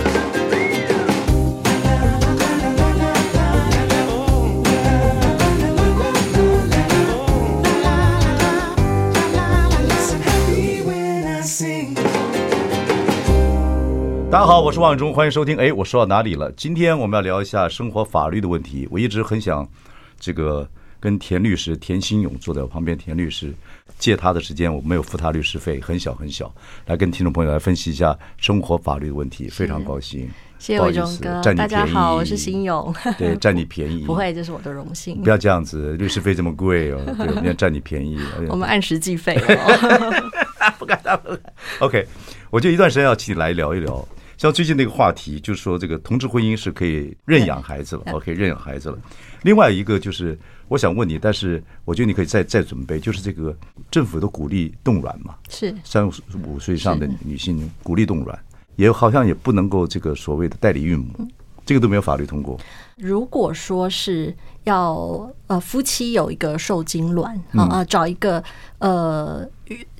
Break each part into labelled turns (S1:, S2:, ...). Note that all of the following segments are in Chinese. S1: 大家好，我是万忠，欢迎收听。哎，我说到哪里了？今天我们要聊一下生活法律的问题。我一直很想这个跟田律师田新勇坐在我旁边，田律师借他的时间，我没有付他律师费，很小很小，来跟听众朋友来分析一下生活法律的问题，非常高兴。
S2: 谢谢
S1: 不好
S2: 伟
S1: 意
S2: 忠
S1: 思
S2: 哥
S1: 占你
S2: 大家
S1: 便
S2: 好
S1: 宜
S2: 我是 新勇
S1: 对，占你便宜，
S2: 不会，这是我的荣幸
S1: 不。要这样子，律师费这么贵哦，对，我们要占你便 宜。哎呀
S2: 我们按时计 费哦。
S1: OK，我就一段时间要请你来聊一聊，像最近那个话题，就是说这个同志婚姻是可以认养孩子了，OK，认养孩子了。另外一个就是我想问你，但是我觉得你可以再再准备，就是这个政府都鼓励冻卵嘛，
S2: 是
S1: 三十五岁以上的女性鼓励冻卵，也好像也不能够这个所谓的代理孕母，这个都没有法律通过。
S2: 如果说是要呃夫妻有一个受精卵
S1: 嗯
S2: 啊、啊，找一个呃。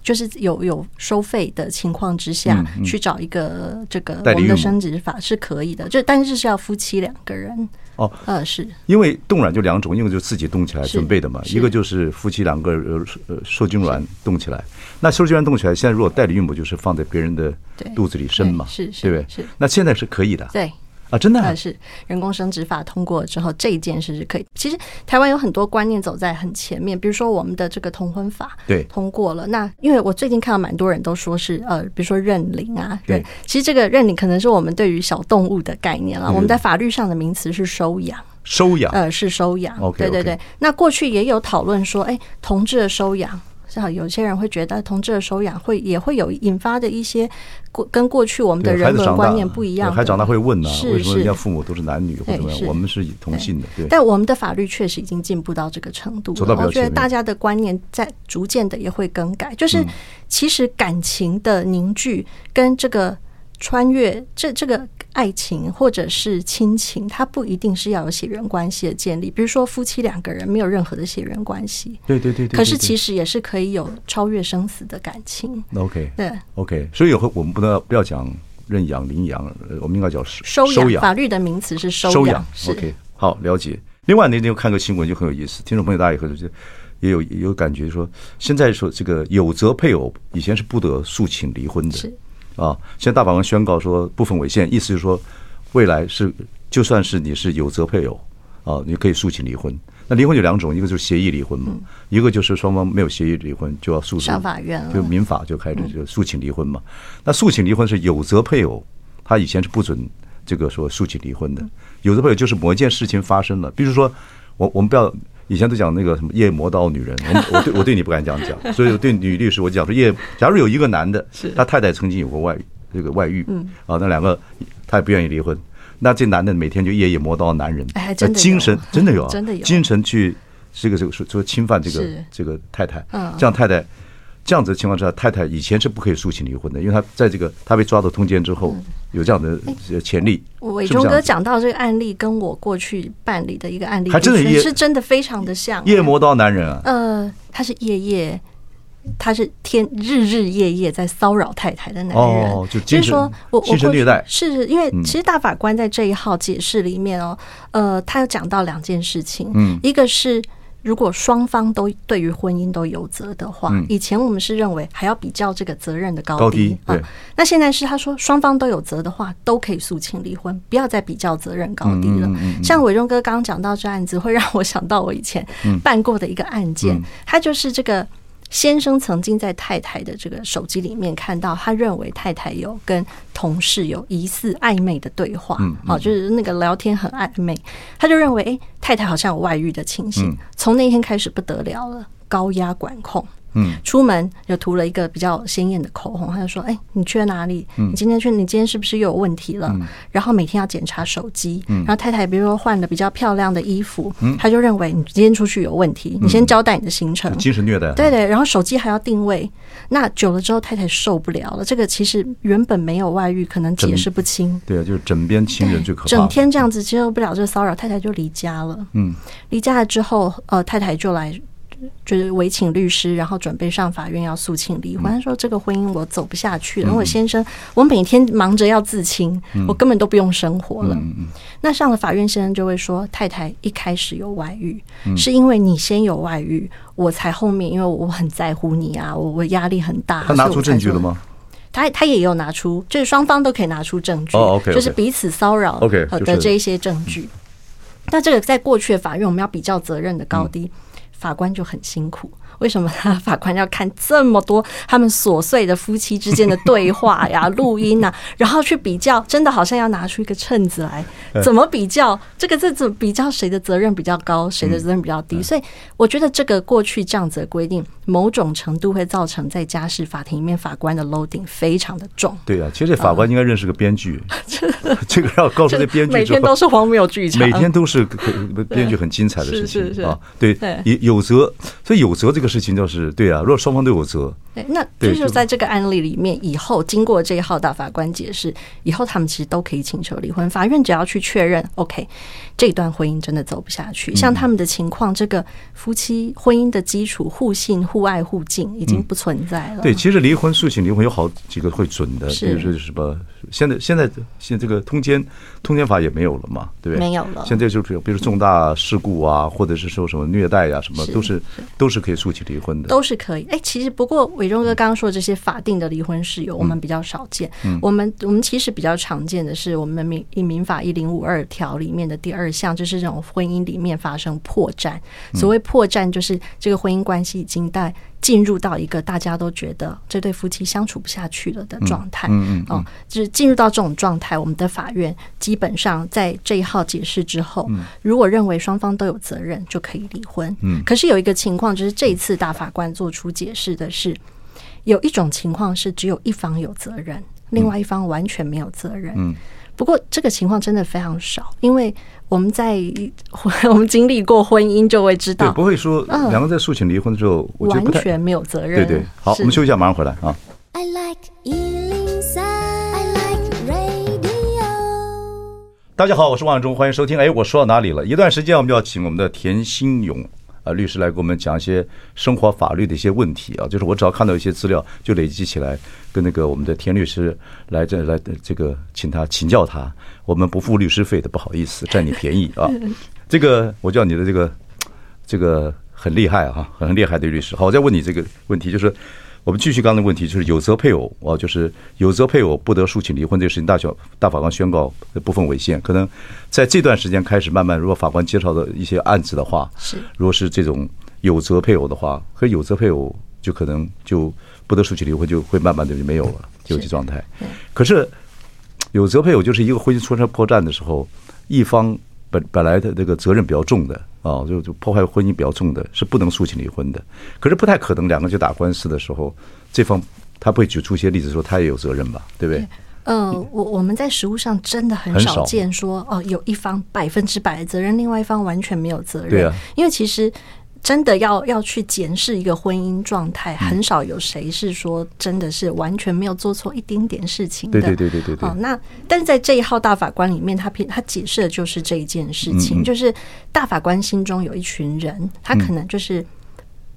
S2: 就是有有收费的情况之下，去找一个这个
S1: 嗯代
S2: 我
S1: 理
S2: 们的
S1: 孕母
S2: 生殖法是可以的，就但是是要夫妻两个人
S1: 哦，
S2: 呃是
S1: 因为冻卵就两种，一个就自己冻起来
S2: 是
S1: 准备的嘛，
S2: 是
S1: 一个就是夫妻两个呃呃受精卵冻起来。那受精卵冻起来，现在如果代理孕母就是放在别人的
S2: 对
S1: 肚子里生嘛，
S2: 对是是
S1: 对不对？
S2: 是呃
S1: 那现在是可以的
S2: 对。
S1: 啊，真的啊
S2: 但是人工生殖法通过之后，这一件事是可以。其实台湾有很多观念走在很前面，比如说我们的这个同婚法，
S1: 对
S2: 通过了。那因为我最近看到蛮多人都说是呃，比如说认领啊，
S1: 对
S2: 认，其实这个认领可能是我们对于小动物的概念了。
S1: 嗯
S2: 我们在法律上的名词是收养，
S1: 收养
S2: 呃，是收养。
S1: OK，
S2: 对对
S1: OK
S2: 对。那过去也有讨论说，哎，同志的收养。是啊，有些人会觉得同志的收养会也会有引发的一些过跟过去我们的
S1: 对
S2: 人
S1: 孩子
S2: 伦
S1: 长
S2: 观
S1: 大
S2: 念不一样的，
S1: 孩子长大会问呢，啊
S2: 是
S1: 为什么人
S2: 是
S1: 家父母都是男女或
S2: 对
S1: 怎么样？
S2: 是
S1: 我们是同性的，对。
S2: 但我们的法律确实已经进步到这个程度
S1: 走到
S2: 了，
S1: 比较
S2: 我觉
S1: 前
S2: 得
S1: 面嗯
S2: 大家的观念在逐渐的也会更改，就是其实感情的凝聚跟这个穿越这这个。爱情或者是亲情，它不一定是要有血缘关系的建立。比如说夫妻两个人没有任何的血缘关系，
S1: 对对对对。
S2: 可是其
S1: 实
S2: 实也是可以有超越生死的感情。
S1: OK
S2: 对，
S1: OK，所以以后我们不能不要讲认养、领养，呃我们应该叫
S2: 收
S1: 收
S2: 养
S1: 养。
S2: 法律的名词是收
S1: 收
S2: 养，是
S1: OK，好了解。另外那天我看个新闻就很有意思，听众朋友大家也会就也有也有感觉说，现在说这个有责配偶以前是不得诉请离婚的，
S2: 是
S1: 啊，现在大法官宣告说部分违宪，意思就是说未来是就算是你是有责配偶啊，你可以诉请离婚。那离婚有两种，一个就是协议离婚嘛，一个就是双方没有协议离婚就要诉讼，
S2: 嗯上法院了
S1: 就民法就开始
S2: 嗯
S1: 就诉请离婚嘛。那诉请离婚是有责配偶，他以前是不准这个说诉请离婚
S2: 嗯
S1: 的。有责配偶就是某一件事情发生了，比如说我我们不要以前都讲那个什么夜魔刀女人，我们我对我对你不敢这样讲，所以我对女律师我讲说夜，假如有一个男 的，他太太曾经有过外这个外遇，
S2: 嗯
S1: 啊，那两个他也不愿意离婚。那这男的每天就夜夜磨刀男人，呃
S2: 哎真的有
S1: 精 神真的有啊，
S2: 真的有
S1: 精神去这个这个说说侵犯这个
S2: 是
S1: 这个太太，
S2: 嗯
S1: 这样太太这样子的情况之下，太太以前是不可以诉请离婚的，因为她在这个她被抓到通奸之后，有这样的呃潜力。
S2: 嗯哎伟
S1: 是不
S2: 忠
S1: 是这
S2: 哥
S1: 样子
S2: 讲到这个案例，跟我过去办理的一个案例，
S1: 还真的
S2: 确
S1: 夜
S2: 是真的非常的像。
S1: 夜魔刀男人啊，
S2: 呃，他是夜夜，他是天日日夜夜在骚扰太太的男人，
S1: 哦就精神
S2: 是说我我
S1: 精神
S2: 过去
S1: 虐待
S2: 是因为
S1: 嗯
S2: 其实大法官在这一号解释里面哦，呃，他有讲到两件事情，
S1: 嗯
S2: 一个是。如果双方都对于婚姻都有责的话，
S1: 嗯
S2: 以前我们是认为还要比较这个责任的高
S1: 高
S2: 低
S1: 低对
S2: 啊。那现在是他说双方都有责的话，都可以诉请离婚，不要再比较责任高低了。
S1: 嗯嗯嗯嗯
S2: 像伟忠哥刚刚讲到这案子，会让我想到我以前
S1: 嗯
S2: 办过的一个案件，他、就是这个。先生曾经在太太的这个手机里面看到，他认为太太有跟同事有疑似暧昧的对话，
S1: 嗯
S2: 哦，就是那个聊天很暧昧，他就
S1: 嗯
S2: 认为，哎，太太好像有外遇的情形。从那一天开始不得了了，高压管控，嗯，出门有涂了一个比较鲜艳的口红，他就说：“哎、你缺哪里？你今天去，你今天是不是又有问题了？”然后每天要检查手机，然后太太比如说换了比较漂亮的衣服，他就认为你今天出去有问题，你先交代你的行程。
S1: 精神虐待。
S2: 嗯
S1: 啊
S2: 对对，然后手机还要定位，那久了之后太太受不了了。这个其实原本没有外遇，可能解释不清。
S1: 对啊，就是枕边情人最可怕。
S2: 整天这样子接受不了这个骚扰，太太就离家了。嗯，离家了之后，呃，太太就来就是委请律师，然后准备上法院要诉请离
S1: 嗯
S2: 婚。她说这个婚姻我走不下去了，我先生我每天忙着要自清，
S1: 嗯
S2: 我根本都不用生活了。那上了法院，先生就会说太太一开始有外遇，
S1: 嗯
S2: 是因为你先有外遇，我才后面，因为我很在乎你啊，我我压力很大。
S1: 他拿
S2: 所以
S1: 出
S2: 我才
S1: 证据
S2: 做
S1: 了？吗？
S2: 他他也有拿出，就是双方都可以拿出证据，
S1: 哦，OK，OK
S2: 就是彼此骚扰
S1: OK，
S2: 呃
S1: 就是
S2: 的这一些证据。那这个在过去的法院，我们要比较责任的高
S1: 嗯
S2: 低，法官就很辛苦。为什么他法官要看这么多他们琐碎的夫妻之间的对 话呀、录音啊，然后去比较？真的好像要拿出一个秤子来，
S1: 嗯
S2: 怎么比较？这个这怎比较谁的责任比较高，谁的责任比较
S1: 嗯
S2: 低？所以我觉得这个过去这样子的规定，某种程度会造成在家事法庭里面法官的 loading 非常的重。
S1: 对啊，其实法官应该认识个编剧， 这个要告诉这编剧
S2: 嗯 每
S1: 之
S2: 天
S1: 后
S2: 都。是荒谬剧场，
S1: 每天都是可可编剧很精彩的事情
S2: 是是是
S1: 啊，对
S2: 对，
S1: 有有责，所以有责这个事情就是对啊，如果双方都有责，
S2: 对，那
S1: 对
S2: 这
S1: 就
S2: 就是在这个案例里面，以后经过这一号大法官解释，以后他们其实都可以请求离婚。法院只要去确认，OK，这段婚姻真的走不下去。
S1: 嗯
S2: 像他们的情况，这个夫妻婚姻的基础互信、互爱、互敬已经不存在
S1: 嗯
S2: 了。
S1: 对，其实离婚诉请离婚有好几个会准的，比
S2: 嗯是
S1: 如说什么，现在现在现在这个通奸通奸法也没有了嘛，对不对？
S2: 没有了
S1: 现在就是比如重大事故啊，或者是说什么虐待呀、什么
S2: 是
S1: 都是都是可以诉请离婚的。
S2: 都是可以。哎、其实不过伟忠哥刚刚说的这些法定的离婚事由，我们比较少见。我们我们其实比较常见的是我们民民法一零五二条里面的第二项，就是这种婚姻里面发生破绽。所谓破绽，就是这个婚姻关系已经在。进入到一个大家都觉得这对夫妻相处不下去了的状态，嗯哦，就是进入到这种状态，我们的法院基本上在这一号解释之后，
S1: 嗯
S2: 如果认为双方都有责任，就可以离婚。嗯，可是有一个情况，就是这一次大法官做出解释的是，有一种情况是只有一方有责任，另外一方完全没有责任。嗯，不过这个情况真的非常少，因为我们在 我们经历过婚姻就会知
S1: 对，
S2: 道，
S1: 不会说两个在诉请离婚的时候，我觉得
S2: 嗯完
S1: 不太
S2: 全没有责任。
S1: 对对。好，
S2: 是
S1: 我们休息一下，马上回来啊。
S3: I like Ealing Sound. I like radio.
S1: 大家好，我是王永忠，欢迎收听。哎，我说到哪里了？一段时间我们就要请我们的田心勇啊律师来给我们讲一些生活法律的一些问题啊，就是我只要看到一些资料，就累积起来，跟那个我们的田律师来这来这个请他请教他，我们不付律师费的，不好意思，占你便宜啊。这个我叫你的这个这个很厉害啊，很厉害的律师。好，我再问你这个问题，就是我们继续刚才的问题，就是有责配偶啊，就是有责配偶不得诉请离婚这个事情，大小大法官宣告部分违宪。可能在这段时间开始，慢慢如果法官介绍的一些案子的话，
S2: 是
S1: 如果是这种有责配偶的话，和有责配偶就可能就不得诉请离婚，就会慢慢的就没有了有机状态。可是有责配偶就是一个婚姻出现破绽的时候，一方本本来的这个责任比较重的啊，就就破坏婚姻比较重的，是不能诉请离婚的。可是不太可能两个去打官司的时候，这方他不会举出一些例子说他也有责任吧，对不对？
S2: 呃，我我们在实务上真的很
S1: 很少
S2: 少见说哦，有一方百分之百的责任，另外一方完全没有责任。
S1: 对啊
S2: 因为其实真的要要去检视一个婚姻状态，
S1: 嗯
S2: 很少有谁是说真的是完全没有做错一丁点事情的。
S1: 对对对对对对
S2: 哦，那但是在这一号大法官里面，他偏他解释的就是这一件事
S1: 嗯
S2: 情，就是大法官心中有一群人，他可能就是。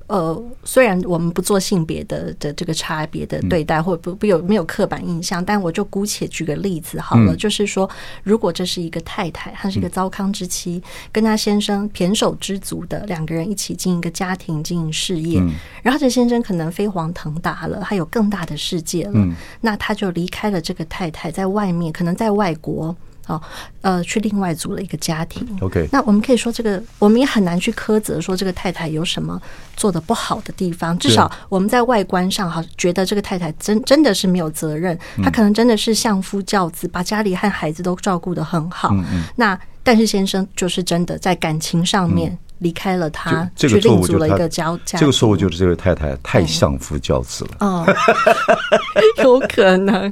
S2: 呃，虽然我们不做性别的的这个差别的对待，或不不有没有刻板印象，但我就姑且举个例子好了，就是说，如果这是一个太太，她是一个糟糠之妻，跟她先生胼手知足的两个人一起经营一个家庭、经营事业，然后这先生可能飞黄腾达了，他有更大的世界了，那他就离开了这个太太，在外面可能在外国。哦，呃，去另外组了一个家庭。
S1: OK
S2: 那我们可以说这个，我们也很难去苛责说这个太太有什么做的不好的地方。至少我们在外观上哈，觉得这个太太真真的是没有责任，
S1: 嗯
S2: 她可能真的是相夫教子，把家
S1: 嗯
S2: 里和孩子都照顾得很好。那但是先生就是真的在感情上面离开了他，
S1: 这个
S2: 去
S1: 错
S2: 另
S1: 误
S2: 组
S1: 嗯就
S2: 了
S1: 是
S2: 一
S1: 他
S2: 个交家，
S1: 这个错误就是这位太太太相夫教子了，
S2: 嗯哦， 有 可能。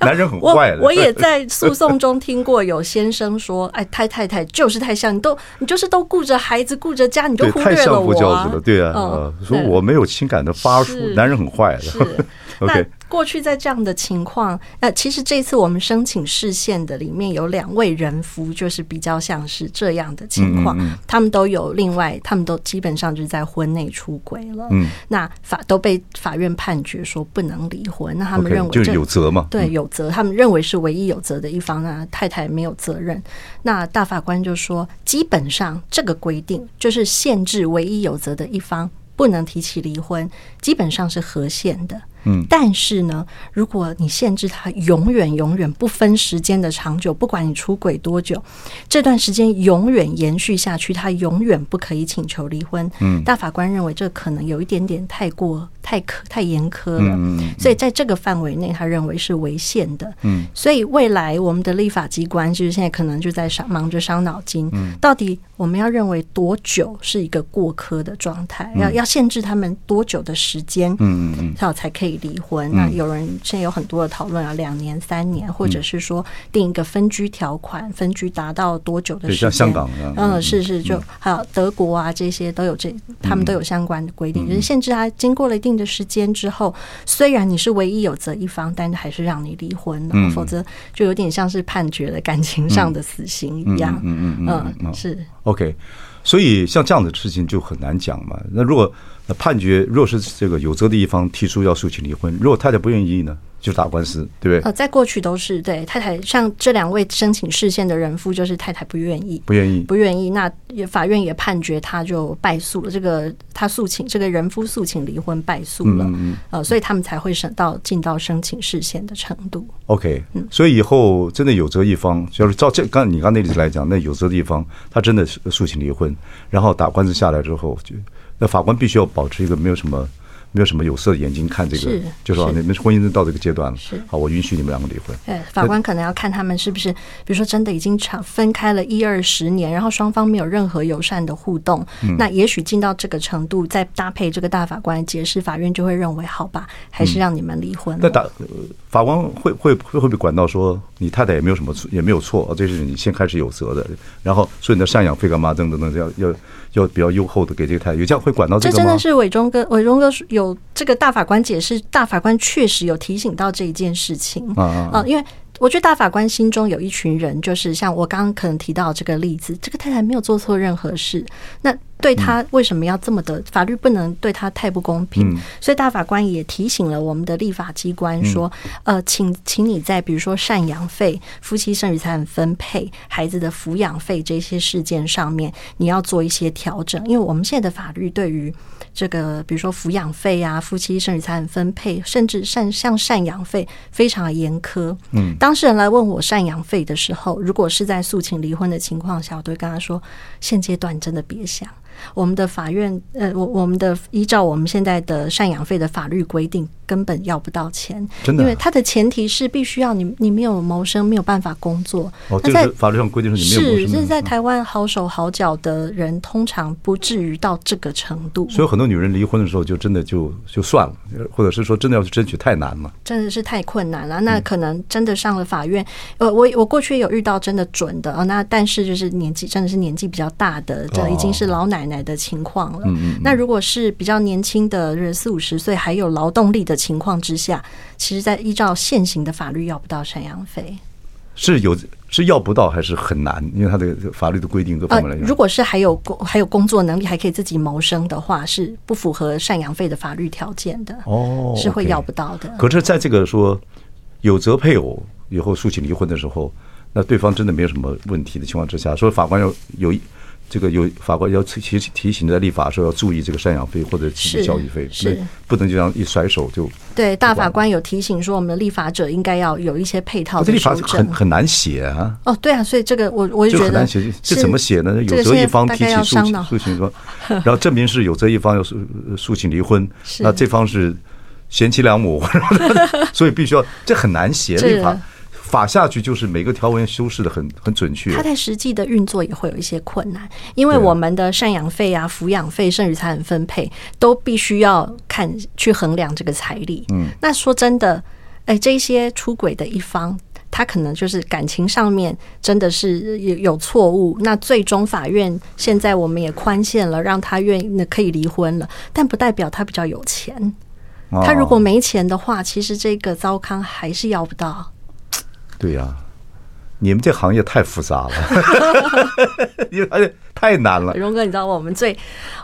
S1: 男人很
S2: 我
S1: 坏的。
S2: 我也在诉讼中听过有先生说：“哎，太太太就是太像你都，你就是都顾着孩子顾着家，你就
S1: 对
S2: 忽
S1: 太
S2: 略了
S1: 相夫
S2: 我
S1: 教
S2: 啊。
S1: 子了，对啊，
S2: 嗯
S1: 呃说我没有情感的发出，
S2: 是
S1: 男人很坏的。
S2: 是那
S1: OK，
S2: 过去在这样的情况，那其实这次我们申请视线的里面有两位人夫，就是比较像是这样的情
S1: 嗯
S2: 况，他们都有另外，他们都基本上就是在婚内出轨了。
S1: 嗯，
S2: 那法都被法院判决说不能离婚，那他们
S1: OK，
S2: 认为
S1: 就
S2: 这
S1: 有责嘛，嗯
S2: 对，有责，他们认为是唯一有责的一方那太太没有责任。那大法官就说，基本上这个规定就是限制唯一有责的一方不能提起离婚，基本上是合宪的。嗯，但是呢，如果你限制他永远永远不分时间的长久，不管你出轨多久，这段时间永远延续下去，他永远不可以请求离婚。嗯，大法官认为这可能有一点点太过太苛太严苛了。所以在这个范围内，他认为是违宪的。嗯，所以未来我们的立法机关就是现在可能就在伤忙着伤脑筋，到底我们要认为多久是一个过苛的状态，要要限制他们多久的时间，嗯嗯，他才可以离婚。那有人现在有很多的讨论啊，两年、三年，或者是说定一个分居条款，分居达到多久的
S1: 对
S2: 时
S1: 像
S2: 间？
S1: 香港这样
S2: 嗯，嗯是是，就还有德国啊，这些都有这，他们都有相关的规定，就是限制他经过了一定的时间之后，虽然你是唯一有责一方，但还是让你离婚了，否则就有点像是判决了感情上的死刑一样。嗯嗯是
S1: OK，所以像这样的事情就很难讲嘛。那如果呃判决，如果是这个有责的一方提出要诉请离婚，如果太太不愿意呢，就打官司，对不对？
S2: 呃，在过去都是对太太，像这两位申请视线的人夫，就是太太不愿意，
S1: 不愿意，
S2: 不愿意，那也法院也判决他就败诉了。这个他诉请这个人夫诉请离婚败诉了，
S1: 嗯
S2: 呃，所以他们才会审到进到申请视线的程度。
S1: OK，所
S2: 嗯
S1: 以以后真的有责一方，就是照这刚你刚那例子来讲，那有责的一方他真的是呃诉请离婚，然后打官司下来之后，就那法官必须要保持一个没有什么没有什么有色的眼睛看这个
S2: 是，
S1: 就说啊
S2: 是
S1: 你们婚姻到这个阶段了
S2: 是，嗯
S1: 好，我允许你们两个离婚。
S2: 对，法官可能要看他们是不是，比如说真的已经长分开了一二十年，然后双方没有任何友善的互动，
S1: 嗯
S2: 那也许进到这个程度，再搭配这个大法官的解释，法院就会认为好吧，还是让你们离婚了。
S1: 嗯那打呃法官会会会会被管到说你太太也没有什么错，也没有错，啊这是你先开始有责的，然后所以你的赡养费干嘛等等等等，要要要比较优厚的给这个太太，有这样会管到这
S2: 这
S1: 个吗？
S2: 真的是伟忠哥，伟忠哥有这个大法官解释，大法官确实有提醒到这一件事情
S1: 啊啊啊
S2: 呃因为。我觉得大法官心中有一群人，就是像我刚刚可能提到这个例子，这个太太没有做错任何事，那对她为什么要这么的？法律不能对她太不公平，所以大法官也提醒了我们的立法机关说，呃，请请你在比如说赡养费、夫妻剩余财产分配、孩子的抚养费这些事件上面，你要做一些调整，因为我们现在的法律对于这个，比如说抚养费啊、夫妻剩余财产分配，甚至赡像赡养费非常的严苛。嗯，当事人来问我赡养费的时候，如果是在诉请离婚的情况下，我都会跟他说，现阶段真的别想。我们的法院，呃，我我们的依照我们现在的赡养费的法律规定，根本要不到钱，
S1: 真的啊
S2: 因为它的前提是必须要你你没有谋生，没有办法工作。
S1: 哦，
S2: 那
S1: 这
S2: 在
S1: 个是法律上规定说你没有嗯
S2: 是，
S1: 谋
S2: 这
S1: 生的，
S2: 是在台湾好手好脚的人，通常不至于到这个程度，
S1: 所以很多女人离婚的时候就真的就就算了，或者是说真的要去争取太难了。
S2: 真的是太困难
S1: 嗯
S2: 了。那可能真的上了法院，呃，我我过去有遇到真的准的哦，那但是就是年纪真的是年纪比较大的，这
S1: 哦嗯
S2: 已经是老奶奶的情况了。那如果是比较年轻的就是四五十岁还有劳动力的情况之下，其实在依照现行的法律要不到赡养费。
S1: 是有是要不到还是很难，因为它的法律的规定各方面来讲，
S2: 呃如果是还有工还有工作能力，还可以自己谋生的话，是不符合赡养费的法律条件的，
S1: 哦
S2: 是会
S1: OK
S2: 要不到的。
S1: 可是在这个说有责配偶以后诉请离婚的时候，那对方真的没有什么问题的情况之下，说法官要有这个有法官要提提醒在立法说要注意这个赡养费或者基本
S2: 是
S1: 教育费，
S2: 是
S1: 那不能就这样一甩手就。
S2: 对，大法官有提醒说，我们的立法者应该要有一些配套
S1: 哦这立
S2: 的
S1: 法
S2: 修
S1: 很
S2: 哦正。
S1: 很难写啊。
S2: 哦，对啊，所以这个我我就
S1: 就
S2: 觉
S1: 很
S2: 得
S1: 难写，这怎么写呢？
S2: 这
S1: 有
S2: 个
S1: 责一
S2: 现在
S1: 方
S2: 大
S1: 提
S2: 概
S1: 起
S2: 要
S1: 诉
S2: 伤脑
S1: 诉 请说，然后证明是有责一方要诉呃诉请离婚，
S2: 是
S1: 那 这方是贤妻良母，所以必须要这很难写
S2: 这
S1: 立法。法下去就是每个条文修饰的很很准确
S2: 它。在实际的运作也会有一些困难，因为
S1: 对啊
S2: 我们的赡养费啊、抚养费、剩余财产分配都必须要看去衡量这个财力。嗯，那说真的，哎，这些出轨的一方。他可能就是感情上面真的是有有错误，那最终法院现在我们也宽限了，让他愿意可以离婚了，但不代表他比较有钱。
S1: 哦
S2: 他如果没钱的话，其实这个糟糠还是要不到。
S1: 对呀、你们这行业太复 杂了，你们行业太难了。
S2: 荣哥，你知道我们最，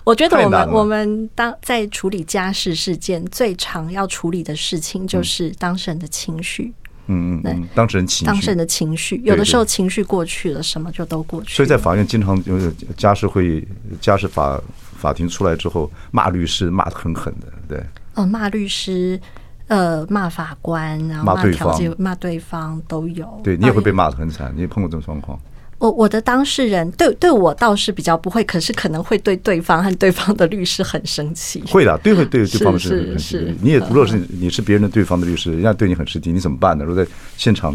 S2: 我觉得我
S1: 太难
S2: 们
S1: 了
S2: 我们当在处理家事事件最常要处理的事情就是当事人的情绪，
S1: 嗯嗯嗯，当事人情绪，
S2: 当事人的情绪，有的时候情绪过去了，什么就都过去了。
S1: 所以在法院经常就是家事会、家事法法庭出来之后，骂律师骂的很狠的，对，
S2: 呃，骂律师，呃，骂法官，然后
S1: 骂
S2: 骂
S1: 对
S2: 调解
S1: 方，
S2: 骂对方都有。
S1: 对你也会被
S2: 骂。
S1: 骂的很惨，你也碰过这种状况。
S2: 我我的当事人对对我倒是比较不会，可是可能会对对方和对方的律师很生气。
S1: 会的，对会对对方的
S2: 是
S1: 很
S2: 是
S1: 很
S2: 是嗯
S1: 很你也如果是你是别人的对方的律师，人家对你很失敬，你怎么办呢？如果在现场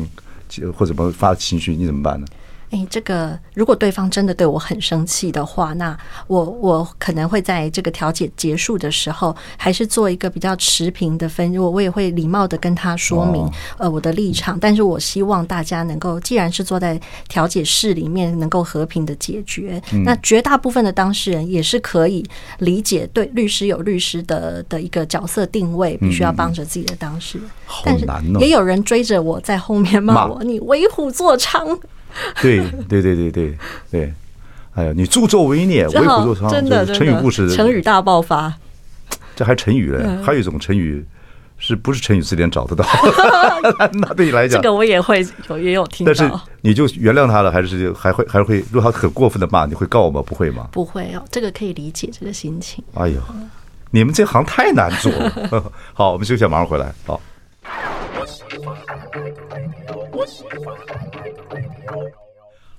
S1: 呃或者什么发情绪，你怎么办呢？
S2: 哎，这个如果对方真的对我很生气的话，那我我可能会在这个调解结束的时候，还是做一个比较持平的分，我我也会礼貌的跟他说明、
S1: 哦
S2: 呃我的立场，但是我希望大家能够，既然是坐在调解室里面，能够和平的解决。
S1: 嗯
S2: 那绝大部分的当事人也是可以理解，对律师有律师的的一个角色定位，必须要帮着自己的当事人。
S1: 嗯好
S2: 但是
S1: 难哦
S2: 也有人追着我在后面骂
S1: 骂
S2: 我，你为虎作伥。
S1: 对 对对对对对，哎呀，你助纣为虐，为
S2: 真好，
S1: 虎作
S2: 真
S1: 伥，
S2: 的
S1: 就是
S2: 真
S1: 成语
S2: 的
S1: 故事，
S2: 成语嗯大爆发，
S1: 这还成语嘞，还有一种成语。是不是成语字典找得 到？ 那对你来
S2: 这
S1: 讲，
S2: 个我也会有也有听
S1: 但是
S2: 到。
S1: 你就原谅他了，还是还会还会？如果他很过分的骂，你会告我吗？不会吗？
S2: 不会哦，这个可以理解这个心情。
S1: 哎呦，你们这行太难做了。 好，我们休息一下，马上回来。好。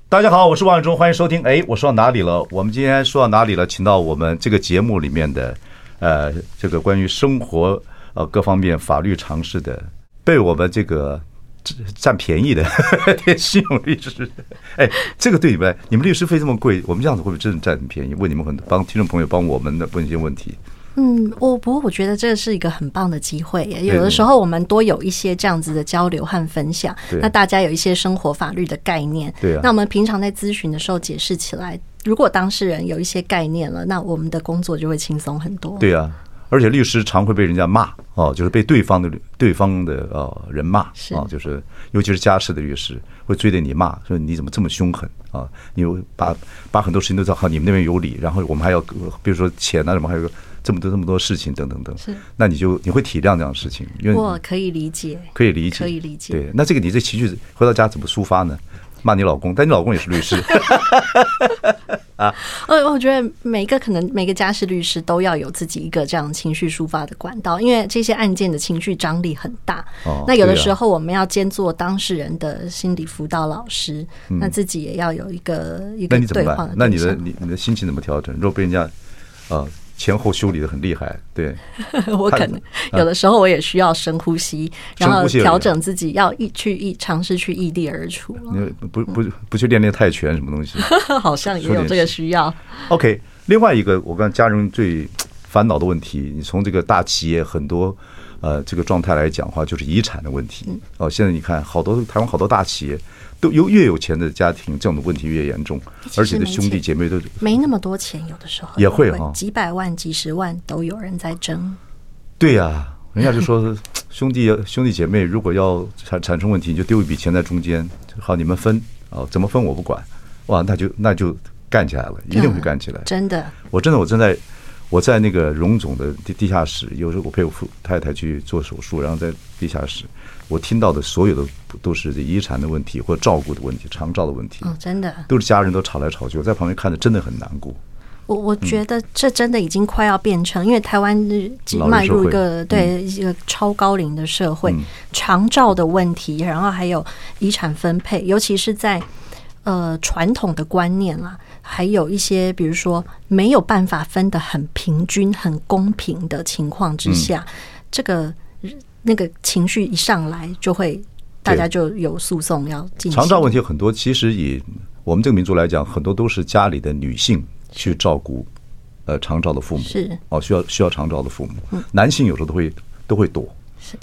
S1: 大家好，我是王永忠，欢迎收听。哎，我说到哪里了？我们今天说到哪里了？请到我们这个节目里面的，呃，这个关于生活呃各方面法律常识的，被我们这个占占便宜的 田新勇律师。哎，这个对你们来，你们律师费这么贵，我们这样子会不会真的占很便宜？问你们很帮听众朋友帮我们的问一些问题。
S2: 嗯，我不过我觉得这是一个很棒的机会耶。有
S1: 对
S2: 的时候我们多有一些这样子的交流和分享，
S1: 对
S2: 那大家有一些生活法律的概念，
S1: 对啊
S2: 那我们平常在咨询的时候解释起来，如果当事人有一些概念了，那我们的工作就会轻松很多。
S1: 对啊，而且律师常会被人家骂哦，就是被对方的律对方的呃人骂啊、
S2: 是
S1: 哦，就是尤其是家事的律师会追着你骂，说你怎么这么凶狠啊？你有把把很多事情都做好，你们那边有理，然后我们还要呃比如说钱啊什么，还有这么多这么多事情等等等，
S2: 是
S1: 那你就你会体谅这样的事情，因为
S2: 我
S1: 你
S2: 可以理解，
S1: 可以理解，
S2: 可以理解
S1: 对，那这个你这情绪回到家怎么抒发呢？骂你老公，但你老公也是律 师，
S2: 呃，我觉得每一个可能每个家事律师都要有自己一个这样情绪抒发的管道，因为这些案件的情绪张力很大。
S1: 哦
S2: 那有的
S1: 对啊
S2: 时候我们要兼做当事人的心理辅导老师，那自己也要有一个一
S1: 嗯那
S2: 个
S1: 你怎
S2: 对
S1: 么
S2: 话
S1: 办？那你
S2: 对
S1: 的
S2: 象
S1: 你你的心情怎么调整？如果被人家呃前后修理的很厉害，对。
S2: 我可
S1: 看
S2: 能
S1: 啊
S2: 有的时候我也需要深呼吸，然
S1: 深
S2: 后
S1: 呼吸而已
S2: 调整自己，要一去一尝试去异地而处。
S1: 你不不不去练练泰拳什么东西
S2: 好像也
S1: 说
S2: 有
S1: 点
S2: 这个
S1: 事
S2: 需要。
S1: ？OK，另外一个我跟家人最烦恼的问题，你从这个大企业很多呃这个状态来讲的话，就是遗产的问
S2: 嗯
S1: 题。哦，现在你看好多台湾好多大企业都有越有钱的家庭，这种的问题越严重，
S2: 其
S1: 而
S2: 实
S1: 且的
S2: 没
S1: 兄弟
S2: 钱
S1: 姐妹都
S2: 没那么多钱，有的时候
S1: 也会哦哈
S2: 几百万、几十万都有人在争。
S1: 对呀、人家就说兄弟兄弟姐妹如果要产产生问题，你就丢一笔钱在中间，好你们分啊、怎么分我不管，哇，那就那就干起来了，一定会干起来。
S2: 真的，
S1: 我真的我正在我在那个荣总的地地下室，有时候我陪我父太太去做手术，然后在地下室，我听到的所有的都是遗产的问题或照顾的问题、长照的问题，
S2: 嗯，真的。
S1: 都是家人都吵来吵去，我在旁边看着真的很难过。
S2: 我
S1: 嗯
S2: 我觉得这真的已经快要变成，因为台湾日
S1: 老人
S2: 迈
S1: 社会
S2: 入
S1: 嗯
S2: 一个对一个超高龄的社会，长照的问题，然后还有遗产分配，尤其是在呃传统的观念啦，还有一些比如说没有办法分得很平均、很公平
S1: 嗯
S2: 的情况之下，这个那个情绪一上来就会大家就有诉讼要进行。
S1: 长照问题很多，其实以我们这个民族来讲，很多都是家里的女性去照顾，呃，长照的父母
S2: 是
S1: 哦，需要需要长照的父母，
S2: 嗯
S1: 男性有时候都会都会躲，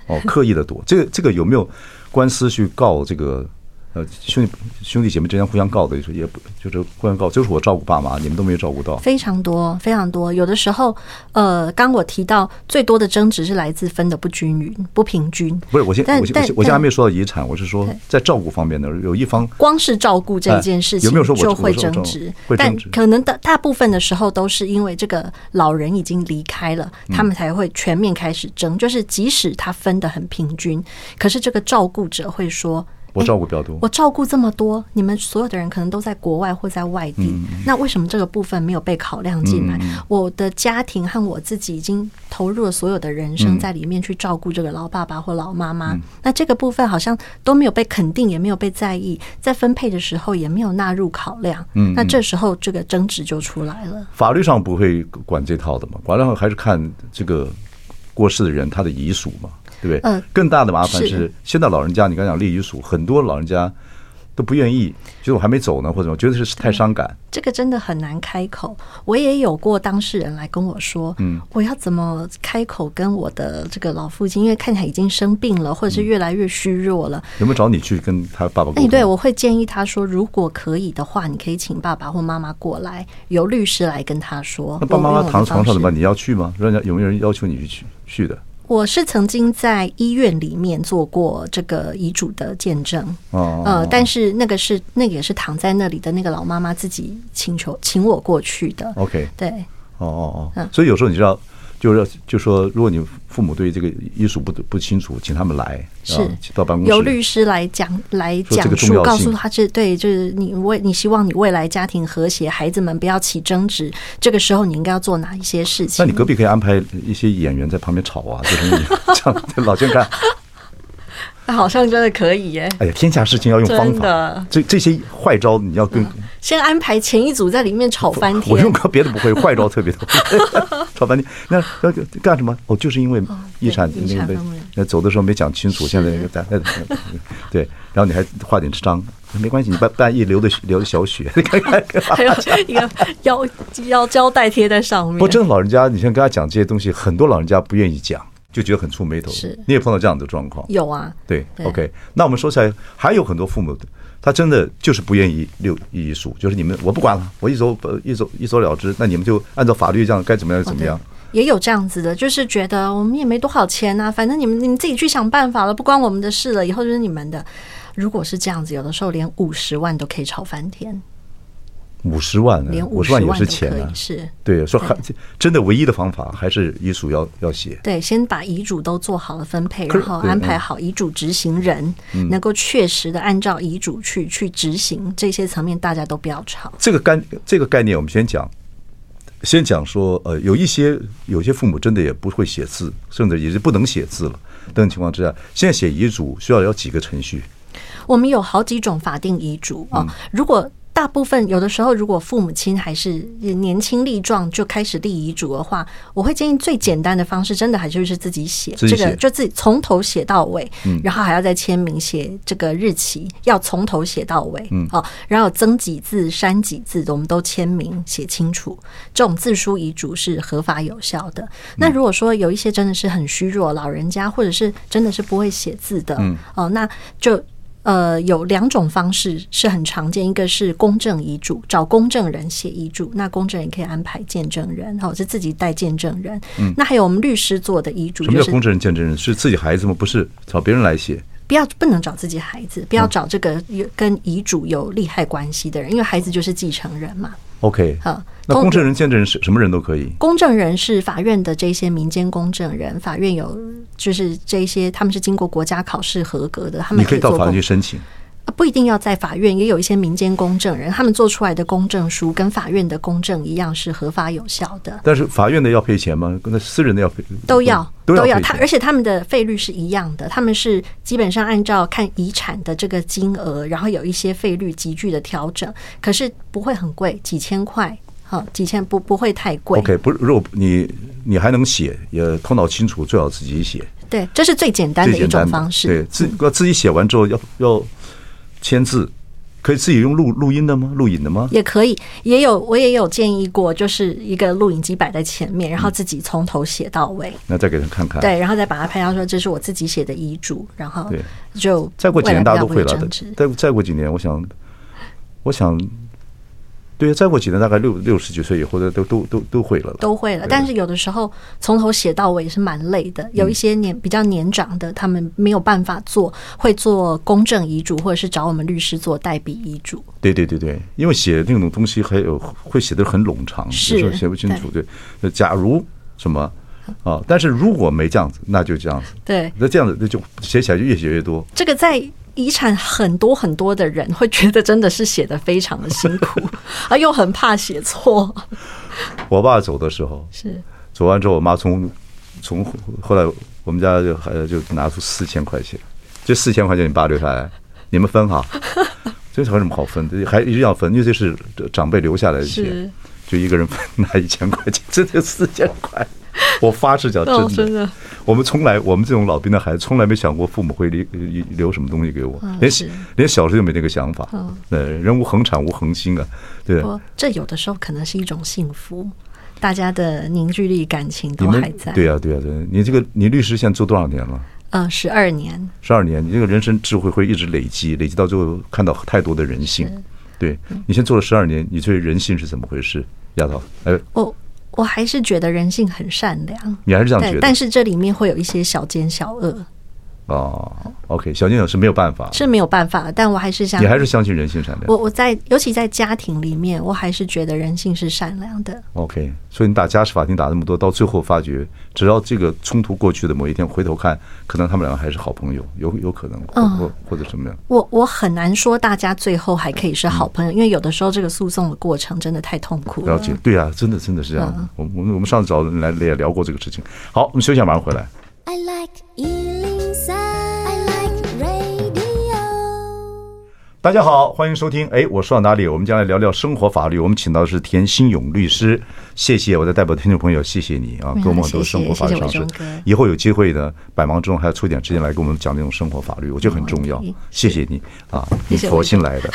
S1: 哦，刻意的躲。这个这个有没有官司去告这个？呃，兄弟兄弟姐妹之间互相告的，也不就是互相告，就是我照顾爸妈，你们都没有照顾到。
S2: 非常多，非常多。有的时候，呃，刚我提到最多的争执是来自分的不均匀、不平均。
S1: 不是，我先
S2: 但
S1: 我先我
S2: 但
S1: 先我现在还
S2: 但
S1: 没有说到遗产，我是说在照顾方面呢，有一方
S2: 光是照顾这件事
S1: 哎
S2: 情，
S1: 有没有说我
S2: 就会
S1: 我说
S2: 争
S1: 我
S2: 执？
S1: 会争
S2: 但
S1: 执
S2: 可能大大部分的时候都是因为这个老人已经离开了，
S1: 嗯
S2: 他们才会全面开始争。就是即使他分得很平均，可是这个照顾者会说。
S1: 我
S2: 哎
S1: 照顾比较多
S2: 我照顾这么多，你们所有的人可能都在国外或在外地，那为什么这个部分没有被考量进来？我的家庭和我自己已经投入了所有的人生在里面去照顾这个老爸爸或老妈妈，那这个部分好像都没有被肯定，也没有被在意，在分配的时候也没有纳入考量。那这时候这个争执就出来了。
S1: 法律上不会管这套的嘛，法律上还是看这个过世的人他的遗属嘛，对不对？
S2: 嗯
S1: 更大的麻烦
S2: 是
S1: 是，现在老人家你刚讲立遗属，很多老人家都不愿意，觉得我还没走呢，或者我觉得是太伤感。
S2: 这个真的很难开口。我也有过当事人来跟我说，嗯，我要怎么开口跟我的这个老父亲，因为看起来已经生病了，或者是越来越虚弱了。
S1: 有没有找你去跟他爸爸沟
S2: 哎，
S1: 通？
S2: 对，我会建议他说，如果可以的话，你可以请爸爸或妈妈过来，由律师来跟他说。
S1: 那爸爸妈
S2: 我
S1: 妈
S2: 用我的
S1: 躺在床上
S2: 方式
S1: 怎么办？你要去吗？人家有没有人要求你去去去的？
S2: 我是曾经在医院里面做过这个遗嘱的见证，
S1: 哦
S2: 呃，但是那个是那个也是躺在那里的那个老妈妈自己请求请我过去的，
S1: ，OK，
S2: 对。
S1: 哦哦
S2: 嗯
S1: 哦，所以有时候你知道，就是就说，如果你父母对这个医术不不清楚，请他们来，
S2: 是
S1: 啊到办公室，
S2: 由律师来讲来
S1: 说这
S2: 讲
S1: 个重
S2: 述，
S1: 要
S2: 告
S1: 性
S2: 诉他这对就是你为你希望你未来家庭和谐，孩子们不要起争执，这个时候你应该要做哪一些事
S1: 那
S2: 情？
S1: 你隔壁可以安排一些演员在旁边吵啊，就是你 这样在老先看。
S2: 好像真的可以耶。
S1: 哎呀，天下事情要用方
S2: 真
S1: 法
S2: 的，嗯
S1: 这这些坏招你要跟。
S2: 先安排前一组在里面吵翻
S1: 我
S2: 天
S1: 用，过 别的不会，坏招特别 多，吵半天。那那干什么？哦，就是因为遗产
S2: 对遗
S1: 那
S2: 产
S1: 个
S2: 方面
S1: 那走的时候没讲清楚，现在那个在对，然后你还画点章，没关系，你半半夜流的流的小 血，看看看。
S2: 还有一个要要胶带贴在上面。
S1: 不过真的老人家，你像跟他讲这些东西，很多老人家不愿意讲，就觉得很触眉头。
S2: 是
S1: 你也碰到这样的状况？
S2: 有啊，
S1: 对
S2: 对
S1: o k 那我们说起来，还有很多父母，他真的就是不愿意六遗嘱，就是你们我不管了，我一走呃一走一走了之，那你们就按照法律这样该怎么样就怎么样。
S2: 也有这样子的，就是觉得我们也没多少钱呐、反正你们你们自己去想办法了，不关我们的事了，以后就是你们的。如果是这样子，有的时候连五十万都可以吵翻天，
S1: 五十万呢
S2: 连，
S1: 嗯五十
S2: 十
S1: 万
S2: 万
S1: 也是
S2: 都
S1: 钱
S2: 可以，
S1: 啊。
S2: 是
S1: 对，说还真的唯一的方法还是遗嘱要要写。
S2: 对，先把遗嘱都做好了分配，
S1: 可是
S2: 然后
S1: 对嗯
S2: 安排好遗嘱执行人，能够确实的按照遗嘱去去执行这些层面，大家都不要吵。
S1: 这个概这个概念，我们先讲，先讲说，呃，有一些有些父母真的也不会写字，甚至也是不能写字了。这种情况之下，现在写遗嘱需要有几个程序？
S2: 我们有好几种法定遗嘱
S1: 嗯
S2: 啊、哦如果大部分有的时候，如果父母亲还是年轻力壮就开始立遗嘱的话，我会建议最简单的方式，真的还就是自己写，
S1: 自己
S2: 这个
S1: 写
S2: 就自己从头写到尾，然后还要再签名写这个日期，要从头写到尾，嗯，哦，然后增几字、删几字，我们都签名写清楚。这种自书遗嘱是合法有效的。那如果说有一些真的是很虚弱老人家，或者是真的是不会写字的，嗯，哦，那就呃，有两种方式是很常见，一个是公证遗嘱，找公证人写遗嘱，那公证人可以安排见证人，或者是自己带见证人。那还有我们律师做的遗嘱，
S1: 什么
S2: 就
S1: 叫
S2: 是
S1: 公证人、见证人？是自己孩子吗？不是，找别人来写。
S2: 不要不能找自己孩
S1: 嗯
S2: 子，不要找这个有跟遗嘱有利害关系的人，因为孩子就是继承人嘛。
S1: OK，
S2: 啊，
S1: 那
S2: 通
S1: 公证人、见证人是什么人都可以。
S2: 公证人是法院的这些民间公证人，法院有就是这些他们是经过国家考试合格的，他们
S1: 你可以
S2: 做
S1: 到法
S2: 公
S1: 院去申请，
S2: 呃不一定要在法院，也有一些民间公证人，他们做出来的公证书跟法院的公证一样是合法有效的，
S1: 但是法院的要赔钱吗？那私人的要赔，
S2: 都要
S1: 嗯都要赔
S2: 他
S1: 钱
S2: 而且他们的费率是一样的，他们是基本上按照看遗产的这个金额，然后有一些费率急剧的调整，可是不会很贵，几千块，好，几千不不会太贵。
S1: OK，不是，如果你你还能写，也头脑清楚，最好自己写。
S2: 对，这是最简单
S1: 最
S2: 的一
S1: 简单
S2: 种
S1: 的
S2: 方式。
S1: 对，自我自己写完之后要要签字，可以自己用录录音的吗？录影的吗？
S2: 也可以，也有我也有建议过，就是一个录影机摆在前面，然后自己从头写到尾，
S1: 那再给他看看。，
S2: 对，然后再把它拍到说这是我自己写的遗嘱，然后
S1: 对
S2: 就
S1: 再过几年大家都会
S2: 未来
S1: 了
S2: 不要
S1: 的
S2: 为争执。
S1: 再再过几年，我想，我想，对，再过几年大概六六十几岁以后的都都都都会了。
S2: 都会了，
S1: 对嗯
S2: 但是有的时候从头写到尾也是蛮累的。有一些年比较年长的，他们没有办法做，会做公证遗嘱，或者是找我们律师做代笔遗嘱。
S1: 对对对对，因为写那种东西还有会写的很冗长，有
S2: 是
S1: 时候写不清楚。对，那假如什么啊？但是如果没这样子，那就这样子。
S2: 对，
S1: 那这样子那就写起来就越写越多。
S2: 这个在遗产很多很多的人会觉得真的是写的非常的辛 苦，啊，又很怕写错，
S1: 我爸走的时候，
S2: 是
S1: 走完之后，我妈从从后来我们家就还就拿出四千块钱，这四千块钱你爸留下来，你们分 哈。这有什么好分的？还一定要分，因为这是长辈留下来的
S2: 是
S1: 钱，就一个人分拿一千块钱，这就四千块。我发誓讲
S2: 哦
S1: 真
S2: 真的
S1: 的，我们从来我们这种老兵的孩子从来没想过父母会留留什么东西给我
S2: 嗯，
S1: 连
S2: 是
S1: 连小时候就没那个想法
S2: 嗯。哦
S1: 呃，人无恒产无恒心啊，对。
S2: 不，这有的时候可能是一种幸福，大家的凝聚力、感情
S1: 你
S2: 都还
S1: 们
S2: 在。
S1: 对呀、啊对呀、对、你这个你律师现在做多少年了？
S2: 嗯，十二年，
S1: 十二年，你这个人生智慧会一直累积，累积到最后看到太多的人性。对
S2: 嗯
S1: 你先做了十二年，你对人性是怎么回事？丫头，哎，
S2: 我我还是觉得人性很善良。
S1: 你还是这样觉
S2: 对，
S1: 得？
S2: 但是这里面会有一些小奸小恶，
S1: 哦，OK，小金友是没有办法，
S2: 是没有办法的。但我还是想，
S1: 你还是相信人性善
S2: 我
S1: 良。
S2: 我在尤其在家庭里面，我还是觉得人性是善良的。
S1: OK，所以你打家事法庭打那么多，到最后发觉，只要这个冲突过去的某一天回头看，可能他们两个还是好朋友，有有可能，或
S2: 嗯
S1: 或或者什么样。
S2: 我我很难说大家最后还可以是好
S1: 嗯
S2: 朋友，因为有的时候这个诉讼的过程真的太痛苦
S1: 了
S2: 了。
S1: 解，对啊，真的真的是这
S2: 嗯
S1: 样的。我们我们我们上次找人来也聊过这个事情。好，我们休息一下，马上回来。
S3: I like Ealing Sound. I like radio.
S1: 大家好，欢迎收听。哎，我说到哪里？我们将来聊聊生活法律。我们请到的是田心勇律师，谢谢我的代表听众朋友，谢谢你啊，
S2: 没有
S1: 给我们很多生活法律常
S2: 嗯谢谢
S1: 识
S2: 伟忠哥。
S1: 以后有机会呢，百忙之中还要抽点时间来给我们讲这种生活法律，我觉得很重要
S2: 没问题。
S1: 谢谢你啊，你
S2: 嗯谢谢伟忠
S1: 佛心来 的。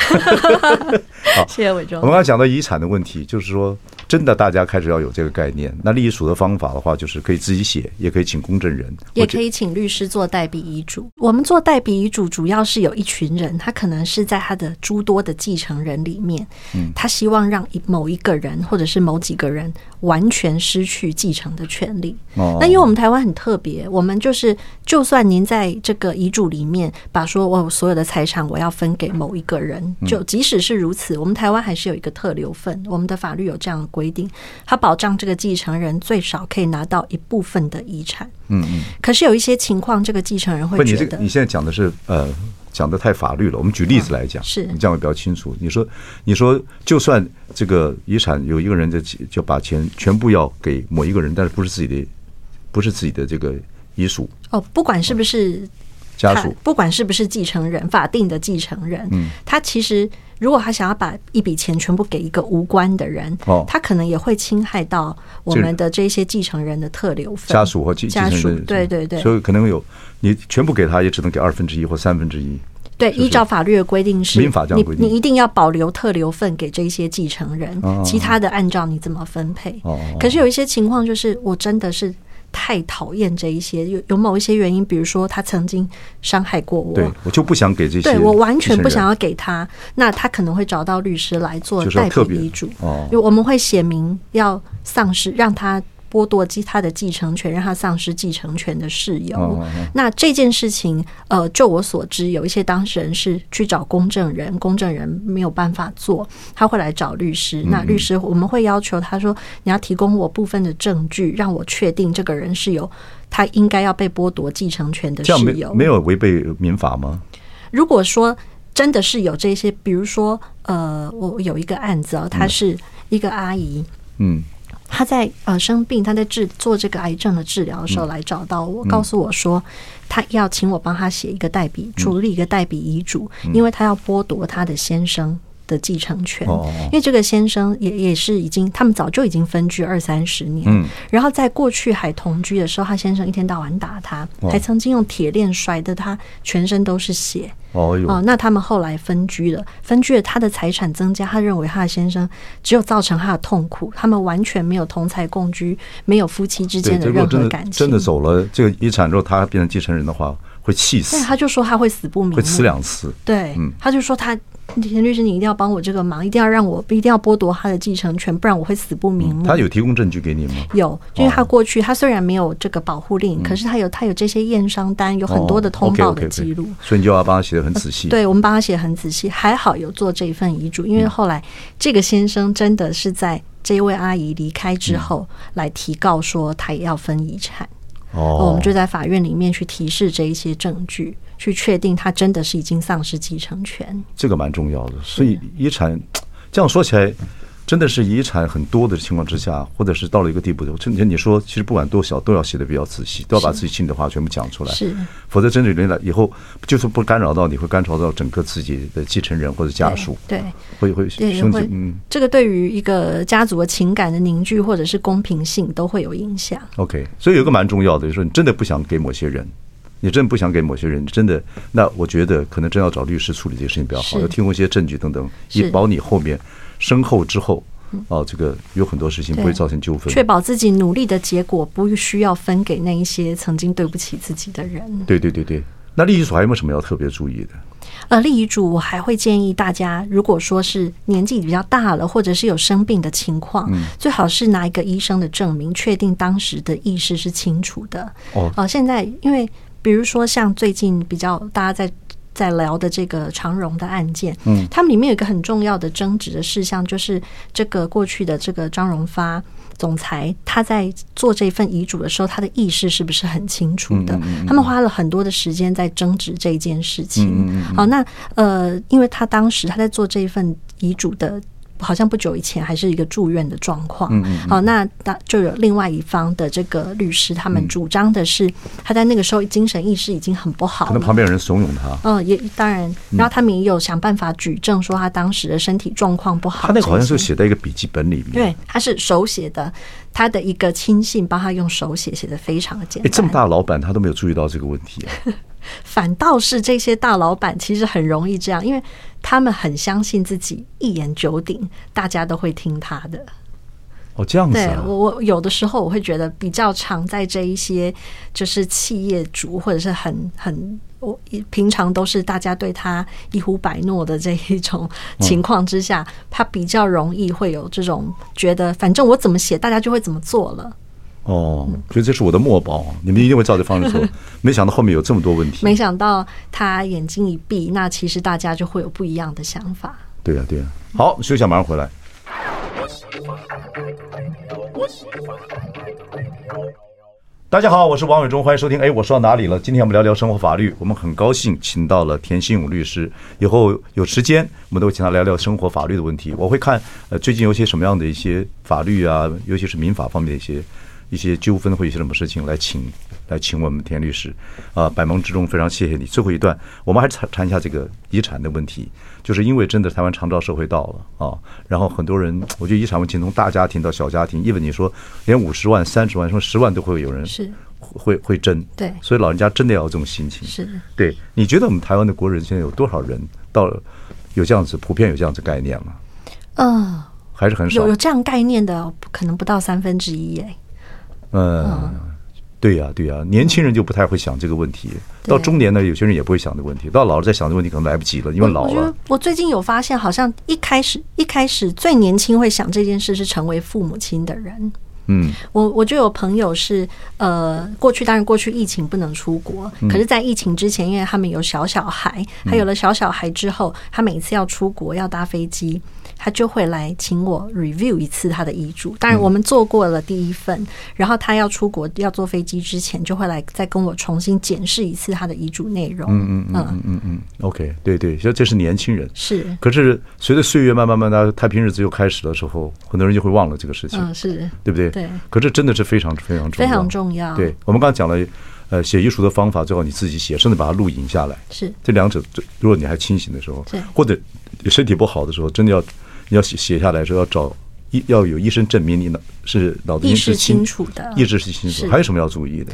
S2: 谢谢伟
S1: 嗯我们
S2: 忠。
S1: 刚才讲到遗产的问题，就是说，真的大家开始要有这个概念。那立遗嘱的方法的话，就是可以自己写，也可以请公证人，
S2: 也
S1: 或者
S2: 可以请律师做代笔遗嘱。我们做代笔遗嘱主要是有一群人，他可能是在他的诸多的继承人里面，
S1: 嗯
S2: 他希望让一某一个人或者是某几个人完全失去继承的权利。
S1: 哦
S2: 那因为我们台湾很特别，我们就是就算您在这个遗嘱里面把说我所有的财产我要分给某一个人，
S1: 嗯
S2: 就即使是如此，我们台湾还是有一个特留份，我们的法律有这样的规定，它保障这个继承人最少可以拿到一部分的遗产。
S1: 嗯嗯。
S2: 可是有一些情况，这个继承人
S1: 不，
S2: 会
S1: 你
S2: 觉
S1: 这个
S2: 得
S1: 你现在讲的是呃，讲的太法律了。我们举例子来讲，
S2: 嗯是
S1: 你这样会比较清楚。你说，你说，就算这个遗产有一个人的就把钱全部要给某一个人，但是不是自己的，不是自己的这个遗属
S2: 哦，不管是不是
S1: 家
S2: 他
S1: 属，嗯
S2: 不管是不是继承人，法定的继承人，他其实如果他想要把一笔钱全部给一个无关的人，
S1: 哦
S2: 他可能也会侵害到我
S1: 这
S2: 们的这些继承人的特留分、
S1: 家属或继继
S2: 家
S1: 承
S2: 属
S1: 人，，
S2: 对对对。
S1: 所以可能有你全部给他，也只能给二分之一或三分之一。
S2: 对，
S1: 是
S2: 依照法律的规定是，
S1: 民法这样规定
S2: 你你一定要保留特留份给这些继承人，
S1: 哦
S2: 其他的按照你怎么分配。
S1: 哦哦
S2: 可是有一些情况，就是我真的是太讨厌这一些，有有某一些原因，比如说他曾经伤害过我，
S1: 对我就不想给这些，
S2: 对我完全不想。要给他，那他可能会找到律师来做
S1: 就是要
S2: 代
S1: 特
S2: 笔
S1: 别
S2: 遗嘱，
S1: 哦
S2: 因为我们会写明要丧失，让他剥夺继他的继承权，让他丧失继承权的事由。
S1: 哦哦哦
S2: 那这件事情，呃，就我所知，有一些当事人是去找公证人，公证人没有办法做，他会来找律师。
S1: 嗯
S2: 那律师我们会要求他说，你要提供我部分的证据，让我确定这个人是有他应该要被剥夺继承权的
S1: 这样
S2: 事
S1: 没
S2: 由。
S1: 没有违背民法吗？
S2: 如果说真的是有这些，比如说，呃，我有一个案子哦，她是一个阿姨，
S1: 嗯，
S2: 她在呃生病，她在治做这个癌症的治疗的
S1: 嗯
S2: 时候来找到我，告诉我说，她要
S1: 嗯
S2: 请我帮她写一个代笔，处理一个代笔遗嘱，因为她要剥夺她的先生的继承权，
S1: 哦哦哦
S2: 因为这个先生也也是已经他们早就已经分居二三十年，
S1: 嗯，
S2: 然后在过去还同居的时候，他先生一天到晚打他，
S1: 哦
S2: 还曾经用铁链甩得他全身都是血，
S1: 哦哟，
S2: 哦，那他们后来分居了，分居了，他的财产增加，他认为他的先生只有造成他的痛苦，他们完全没有同财共居，没有夫妻之
S1: 对，
S2: 间
S1: 这
S2: 的
S1: 如果
S2: 任
S1: 真
S2: 何
S1: 的
S2: 感情。
S1: 真的走了这个遗产之后，他变成继承人的话，会气死
S2: 对，，他就说他会死不瞑目，
S1: 会死两次。
S2: 对，
S1: 嗯
S2: 他就说他田律师，你一定要帮我这个忙，一定要让我一定要剥夺他的继承权，不然我会死不瞑目。
S1: 嗯他有提供证据给你吗？
S2: 有，就是
S1: 哦
S2: 他过去他虽然没有这个保护
S1: 嗯
S2: 令，可是他有他有这些验伤单，有嗯很多的通报的记
S1: o k
S2: 录。
S1: o k o k 哦所以你就要帮他写的很仔细。，
S2: 对，我们帮他写得很仔细，还好有做这一份遗嘱，因为后来这个先生真的是在这位阿姨离开之后
S1: 嗯
S2: 来提告说他也要分遗产，我
S1: 哦
S2: 们，就在法院里面去提示这一些证据，去确定他真的是已经丧失继承权。
S1: 这个蛮重要的。所以遗产，这样说起来，真的是遗产很多的情况之下，或者是到了一个地步，真的你说，其实不管多小，都要写的比较仔细，都要把自己心里的话全部讲出来。
S2: 是，
S1: 否则真的人来以后，就是不干扰到你，会干扰到整个自己的继承人或者家属，
S2: 对。对
S1: 会会
S2: 对，也
S1: 兄弟
S2: 会，，
S1: 嗯
S2: 这个对于一个家族的情感的凝聚或者是公平性都会有影响。
S1: ，OK。所以有一个蛮重要的，就是说你真的不想给某些人。你真的不想给某些人，真的，那我觉得可能真要找律师处理这个事情比较好，
S2: 是
S1: 要提供一些证据等等，
S2: 是嗯
S1: 也保你后面身后之后，哦，这个有很多事情不会
S2: 对
S1: 造成纠纷。
S2: 确保自己努力的结果不需要分给那一些曾经对不起自己的人。
S1: 对对对对，那立遗所还有没有什么要特别注意的？
S2: 呃，立遗嘱我还会建议大家，如果说是年纪比较大了，或者是有生病的情况，最好是拿一个医生的证明，确定当时的意识是清楚的。
S1: 哦
S2: 呃，现在因为比如说像最近比较大家在。在聊的这个长荣的案件，嗯，他们里面有一个很重要的争执的事项，就是这个过去的这个张荣发总裁，他在做这份遗嘱的时候，他的意识是不是很清楚的？他们花了很多的时间在争执这件事情。好，那呃，因为他当时他在做这份遗嘱的。好像不久以前还是一个住院的状况，好，那那就有另外一方的这个律师，他们主张的是他在那个时候精神意识已经很不好
S1: 可
S2: 了
S1: 能，旁边有人怂恿他，
S2: 嗯，也当然，然后他们也有想办法举证说他当时的身体状况不好。
S1: 他那个好像
S2: 这
S1: 是
S2: 些
S1: 写在一个笔记本里面。
S2: 对，他是手写的，他的一个亲信帮他用手写，写的非常的简
S1: 哎，
S2: 单。
S1: 这么大的老板他都没有注意到这个问题 啊、
S2: 反倒是这些大老板其实很容易这样，因为他们很相信自己一言九鼎，大家都会听他的。
S1: 哦，这样子
S2: 对
S1: 啊，
S2: 我，我有的时候我会觉得比较常在这一些就是企业主或者是很很我平常都是大家对他一呼百诺的这一种情况之下，他比较容易会有这种觉得，反正我怎么写，大家就会怎么做了。
S1: 哦，
S2: 嗯
S1: 觉得这是我的墨宝，你们一定会照这方式 做。没想到后面有这么多问题。
S2: 没想到他眼睛一闭，那其实大家就会有不一样的想法。
S1: 对呀、对呀、好，休息一下，马上回来。大家好，我是王伟忠，欢迎收听。哎，我说到哪里了？今天我们聊聊生活法律，我们很高兴请到了田新勇律师。以后有时间，我们都会请他聊聊生活法律的问题。我会看呃最近有些什么样的一些法律啊，尤其是民法方面的一些一些纠纷或一些什么事情来请来请我们田律师啊。百忙之中非常谢谢你。最后一段，我们还谈谈一下这个遗产的问题，就是因为真的台湾长照社会到了啊，然后很多人，我觉得遗产问题从大家庭到小家庭，even 你说连五十万、三十万、说十万都会有人
S2: 是
S1: 会会争，
S2: 对
S1: 所以老人家真的要有这种心情。
S2: 是。
S1: 对，你觉得我们台湾的国人现在有多少人到了有这样子普遍有这样子概念吗？
S2: 嗯，
S1: 还是很少
S2: 有有。这样概念的，可能不到三分之一哎。
S1: 嗯，对呀、对呀、年轻人就不太会想这个问题，
S2: 对
S1: 到中年呢，有些人也不会想这个问题，到老了再想这个问题可能来不及了，因为
S2: 我
S1: 老
S2: 我觉
S1: 了
S2: 得。我最近有发现，好像一开始一开始最年轻会想这件事是成为父母亲的人。
S1: 嗯，
S2: 我我就有朋友是呃，过去当然过去疫情不能出国，可是，在疫情之前，因为他们有小小孩，他有了小小孩之后，他每次要出国要搭飞机，他就会来请我 review 一次他的遗嘱。当然，我们做过了第一份，然后他要出国要坐飞机之前，就会来再跟我重新检视一次他的遗嘱内容。嗯嗯嗯，
S1: 嗯嗯，OK，对对，所以这是年轻人。
S2: 是，
S1: 可是随着岁月慢慢慢慢，太平日子又开始的时候，很多人就会忘了这个事情，
S2: 嗯是。
S1: 对不对？
S2: 对。
S1: 可是真的是非常非常重
S2: 非
S1: 要，
S2: 常重要，
S1: 对，我们刚刚讲了，呃，写遗书的方法，最好你自己写，甚至把它录影下来。
S2: 是
S1: 这两者，最如果你还清醒的时候
S2: 对，
S1: 或者身体不好的时候，真的要要写写下来说要找医要有医生证明你脑是脑子
S2: 意识
S1: 是
S2: 清楚的
S1: 意识是清楚
S2: 是
S1: 的。还有什么要注意的？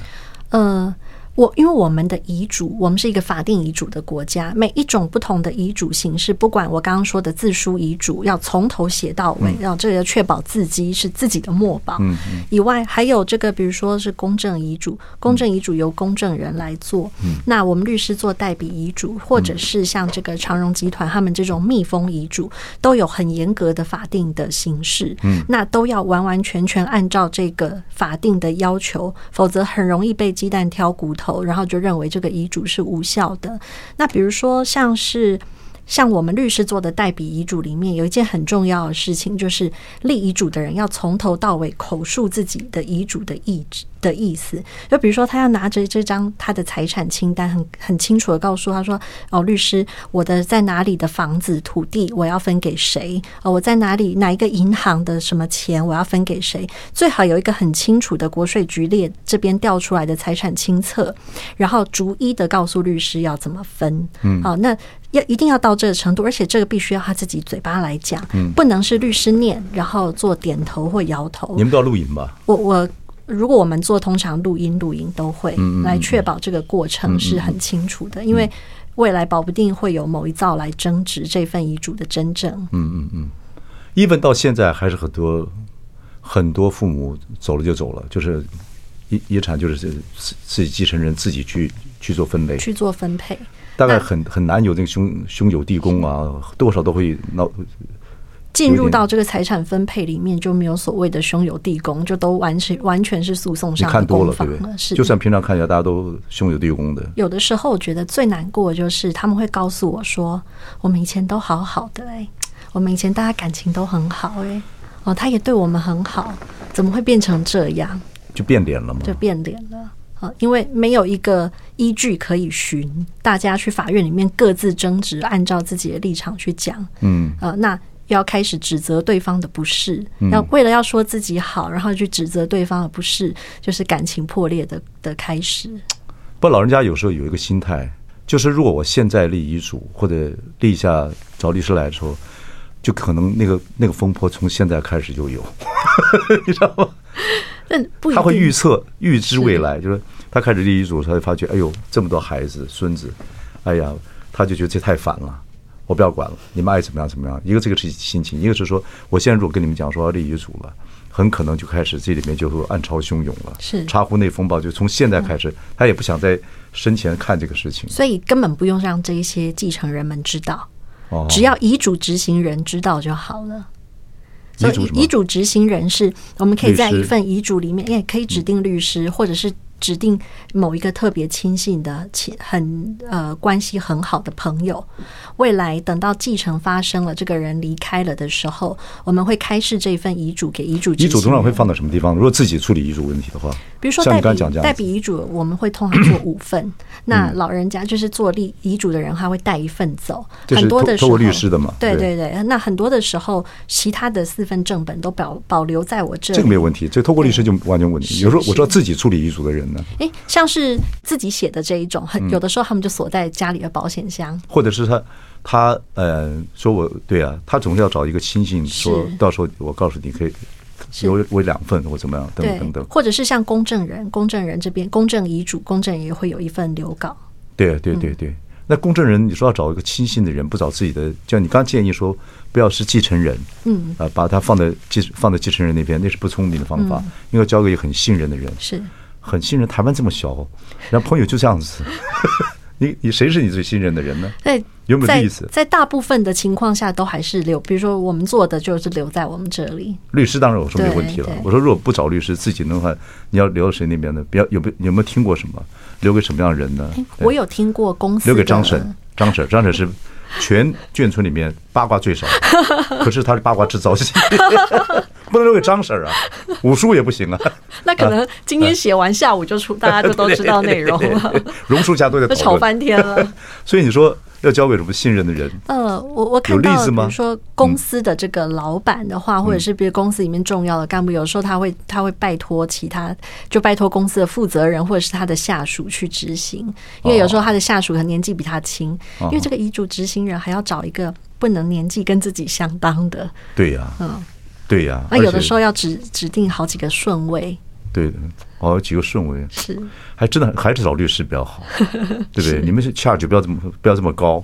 S2: 呃，我因为我们的遗嘱，我们是一个法定遗嘱的国家，每一种不同的遗嘱形式，不管我刚刚说的自书遗嘱，要从头写到尾，要这个确保自己是自己的墨宝。嗯以外，还有这个，比如说是公证遗嘱，公证遗嘱由公证人来做。嗯。那我们律师做代笔遗嘱，或者是像这个长荣集团他们这种密封遗嘱，都有很严格的法定的形式。嗯。那都要完完全全按照这个法定的要求，否则很容易被鸡蛋挑骨头，然后就认为这个遗嘱是无效的。那比如说像是。像我们律师做的代笔遗嘱里面，有一件很重要的事情，就是立遗嘱的人要从头到尾口述自己的遗嘱的意志的意思。就比如说，他要拿着这张他的财产清单很，很清楚的告诉他说：“哦，律师，我的在哪里的房子、土地，我要分给谁？哦，我在哪里哪一个银行的什么钱，我要分给谁？”最好有一个很清楚的国税局列这边调出来的财产清册，然后逐一的告诉律师要怎么分。嗯，好、那要一定要到这个程度，而且这个必须要他自己嘴巴来讲，不能是律师念，然后做点头或摇头
S1: 你。们都要录影吧？
S2: 我我如果我们做通常录音录音都会
S1: 嗯
S2: 来确保这个过程是很清楚的，因为未来保不定会有某一造来争执这份遗嘱的真正。
S1: 嗯 even 到现在还是很多很多父母走了就走了，就是遗遗产就是自自自己继承人自己去去做分类，
S2: 去做分配，
S1: 大概很很难有那个兄兄友弟恭啊，多少都会闹。
S2: 进
S1: 有
S2: 入
S1: 点
S2: 到这个财产分配里面就没有所谓的兄友弟恭，就都完全完全是诉讼
S1: 你
S2: 上
S1: 看
S2: 的
S1: 多
S2: 攻
S1: 了，对
S2: 防
S1: 不对？
S2: 是
S1: 就算平常看起来大家都兄友弟恭的，
S2: 有的时候我觉得最难过的就是他们会告诉我说，我们以前都好好的哎、我们以前大家感情都很好哎、哦，他也对我们很好，怎么会变成这样？
S1: 就变脸了嘛。
S2: 就变脸了。啊，因为没有一个依据可以寻，大家去法院里面各自争执，按照自己的立场去讲。
S1: 嗯，
S2: 呃，那要开始指责对方的不是，要为了要说自己好，然后去指责对方的不是，就是感情破裂的的开始。
S1: 不，老人家有时候有一个心态，就是如果我现在立遗嘱或者立一下找律师来的时候，就可能那个那个风波从现在开始就有。
S2: 但不一定
S1: 他会预测、预知未来，就是他开始立遗嘱，他就发觉，哎呦，这么多孩子、孙子，哎呀，他就觉得这太烦了，我不要管了，你们爱怎么样怎么样。一个这个是心情，一个是说，我现在如果跟你们讲说要立遗嘱了，很可能就开始这里面就会暗潮汹涌了，
S2: 是嗯
S1: 茶壶内风暴，就从现在开始，他也不想在生前看这个事情。
S2: 所以根本不用让这一些继承人们知道，
S1: 哦，
S2: 只要遗嘱执行人知道就好了。所
S1: 遗嘱
S2: 以
S1: 什么
S2: 遗嘱执行人是，我们可以在
S1: 律师嗯
S2: 一份遗嘱里面，也可以指定律师，或者是指定某一个特别亲信的亲很呃关系很好的朋友。未来等到继承发生了，这个人离开了的时候，我们会开示这份遗嘱给遗嘱执
S1: 遗嘱
S2: 行
S1: 通
S2: 人
S1: 常会放到什么地方？如果自己处理遗嘱问题的话，
S2: 比如说
S1: 像
S2: 代
S1: 你刚才
S2: 笔
S1: 讲这样子嗯
S2: 代笔遗嘱，我们会通常做五份。那老人家就是做立遗嘱的人，他会带一份走。
S1: 这是
S2: 很多
S1: 透
S2: 的时
S1: 透
S2: 候，
S1: 过律师的嘛
S2: 对
S1: 对
S2: 对对，那很多的时候，其他的四份正本都保保留在我这
S1: 这个没
S2: 里。
S1: 有问题，这透过律师就完全问题。有时候我
S2: 是
S1: 知道自己处理遗嘱的人呢，
S2: 诶，像是自己写的这一种，
S1: 嗯
S2: 很有的时候他们就锁在家里的保险箱。
S1: 或者是他他呃说我对啊，他总是要找一个亲信说
S2: 是，
S1: 到时候我告诉你可以
S2: 是
S1: 有我两份或怎么样等
S2: 对
S1: 等等，，
S2: 或者是像公证人，公证人这边公证遗嘱，公证也会有一份留稿。
S1: 对对对
S2: 嗯
S1: 对。那公证人，你说要找一个亲信的人，不找自己的，就你刚建议说不要是继承人，
S2: 嗯，
S1: 啊，把他放在继放在继承人那边，那是不聪明的方法，应该交给一个很信任的人，
S2: 是
S1: 很信任。台湾这么小，然后朋友就这样子， 你你谁是你最信任的人呢？
S2: 在
S1: 有没有
S2: 在
S1: 例子
S2: 在大部分的情况下，都还是留，比如说我们做的就是留在我们这里。
S1: 律师当然我说没有问题了
S2: 对对，
S1: 我说如果不找律师，自己弄的话，你要留到谁那边呢？不要有没有有没有听过什么？留给什么样的人呢？对
S2: 我有听过公司
S1: 留给
S2: 哎的
S1: 张婶，张婶，张婶是 全眷村里面八卦最少的， 可是她是八卦制造机， 不能留给张婶啊，五叔也不行啊，
S2: 那可能今天写完，下午就出，大家就都知道内容 了，
S1: 榕树下都在
S2: 都
S1: 讨
S2: 吵
S1: 论，
S2: 翻天 了。
S1: 所以你说要交给什么信任的人？
S2: 呃，我我看
S1: 有
S2: 到
S1: 例，子
S2: 比
S1: 吗嗯
S2: 如说公司的这个老板的话，或者是比如公司里面重要的干部，有时候他会他会拜托其他，就拜托公司的负责人或者是他的下属去
S1: 哦
S2: 执行，因为有时候他的下属可能年纪比他轻，因为这个遗嘱执行人还要找一个。不能年纪跟自己相当的，
S1: 对呀、
S2: 嗯，
S1: 对呀、
S2: 那有的
S1: 而且
S2: 时候要指指定好几个顺位，
S1: 对的，哦，几个顺位，
S2: 是
S1: 还真的还是找律师比较 好，对不对？你们是 charge 不要这么不要这么高。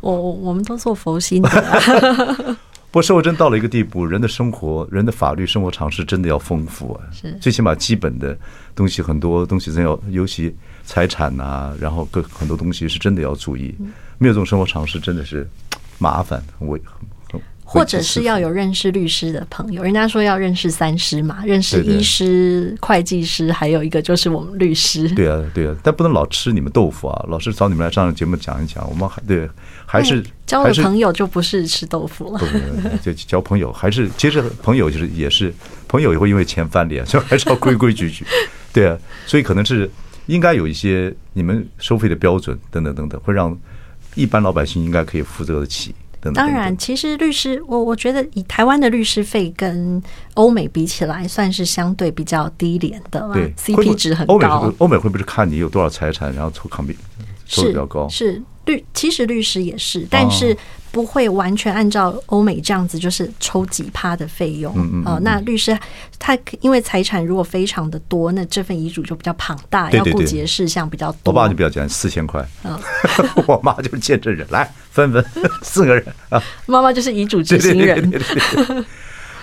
S2: 我我我们都做佛心的啊，
S1: 不过社会真到了一个地步，人的生活、人的法律生活常识真的要丰富啊。
S2: 是
S1: 最起码基本的东西，很多东西真要，尤其财产啊，然后各很多东西是真的要注意。
S2: 嗯
S1: 没有这种生活常识，真的是麻烦，很危很很。
S2: 或者是要有认识律师的朋友。人家说要认识三师嘛，认识
S1: 对对
S2: 医师、会计师，还有一个就是我们律师。
S1: 对啊，对啊，但不能老吃你们豆腐啊！老是找你们来上节目讲一讲，我们还对，还是
S2: 哎交
S1: 还
S2: 了
S1: 是
S2: 朋友就不是吃豆腐了
S1: 不。不不， 就交朋友还是其实朋友就是也是朋友也会因为钱翻脸，所 以还是要规规矩矩。对啊，所以可能是应该有一些你们收费的标准等等等等，会让一般老百姓应该可以负责得起。等等
S2: 当
S1: 等等
S2: 然，其实律师，我我觉得以台湾的律师费跟欧美比起来，算是相对比较低廉的啦
S1: 对
S2: ，CP 值很
S1: 欧美
S2: 高。
S1: 欧美会不会是看你有多少财产，然后抽抗比抽的比较高？哦
S2: 是是律，其实律师也是，但是不会完全按照欧美这样子，就是抽几趴的费用。嗯嗯那律师他因为财产如果非常的多，那这份遗嘱就比较庞大，
S1: 对对
S2: 要顾
S1: 对
S2: 及的事项比较
S1: 我
S2: 多。
S1: 爸就比较简单，四千块。
S2: 嗯
S1: 我妈就是见证人，来分 分四个人啊。
S2: 妈妈就是遗嘱执行
S1: 对
S2: 人。
S1: 对对对 对对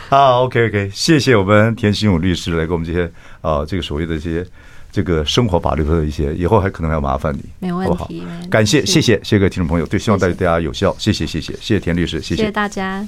S1: 啊，OK OK，谢谢我们田新勇律师来给我们这些啊、这个所谓的这些这个生活法律的一些，以后还可能要麻烦你，
S2: 没问题
S1: 好不好
S2: 没问题
S1: 感谢谢谢谢谢各位听众朋友，对，希望
S2: 谢
S1: 带大
S2: 谢
S1: 家有效，谢谢谢谢谢谢田律师，谢
S2: 谢谢大家。